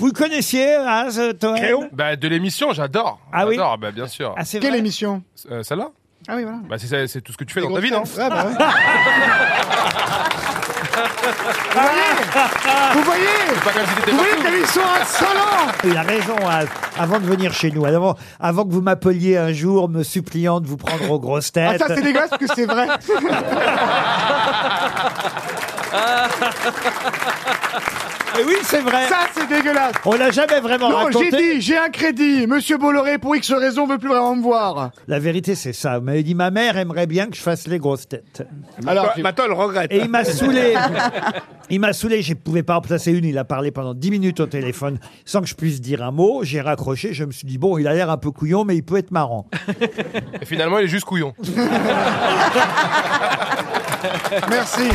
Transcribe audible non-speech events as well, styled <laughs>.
Vous le connaissiez, Az Toen Bah, de l'émission, j'adore. Ah oui J'adore, bah, bien sûr. Ah, c'est Quelle vrai émission Euh, Celle-là Ah oui, voilà. bah, c'est, ça- c'est tout ce que tu fais dans ta vie, non Ouais, bah ouais. <laughs> Vous voyez Pas comme si t'étais Vous voyez Vous voyez partout. qu'elle sont insolents Il a raison, Az. Avant de venir chez nous, avant, avant que vous m'appeliez un jour me suppliant de vous prendre aux grosses Ah têtes. ça c'est dégueulasse parce que c'est <laughs> vrai. Eh oui, c'est vrai. Ça c'est dégueulasse. On l'a jamais vraiment Non, j'ai raconté. dit, j'ai un crédit. Monsieur Bolloré, pour X raison, veut plus rien me voir. La vérité, c'est ça. Mais il dit ma mère aimerait bien que je fasse les grosses têtes. Alors, Bah, Maintenant, elle regrette. Et il m'a saoulé. Il m'a saoulé. Je ne pouvais pas en placer une. Il a parlé pendant 10 minutes au téléphone sans que je puisse dire un mot. J'ai raccroché. Je me suis dit bon, il a l'air un peu couillon, mais il peut être marrant. Et finalement, il est juste couillon. merci.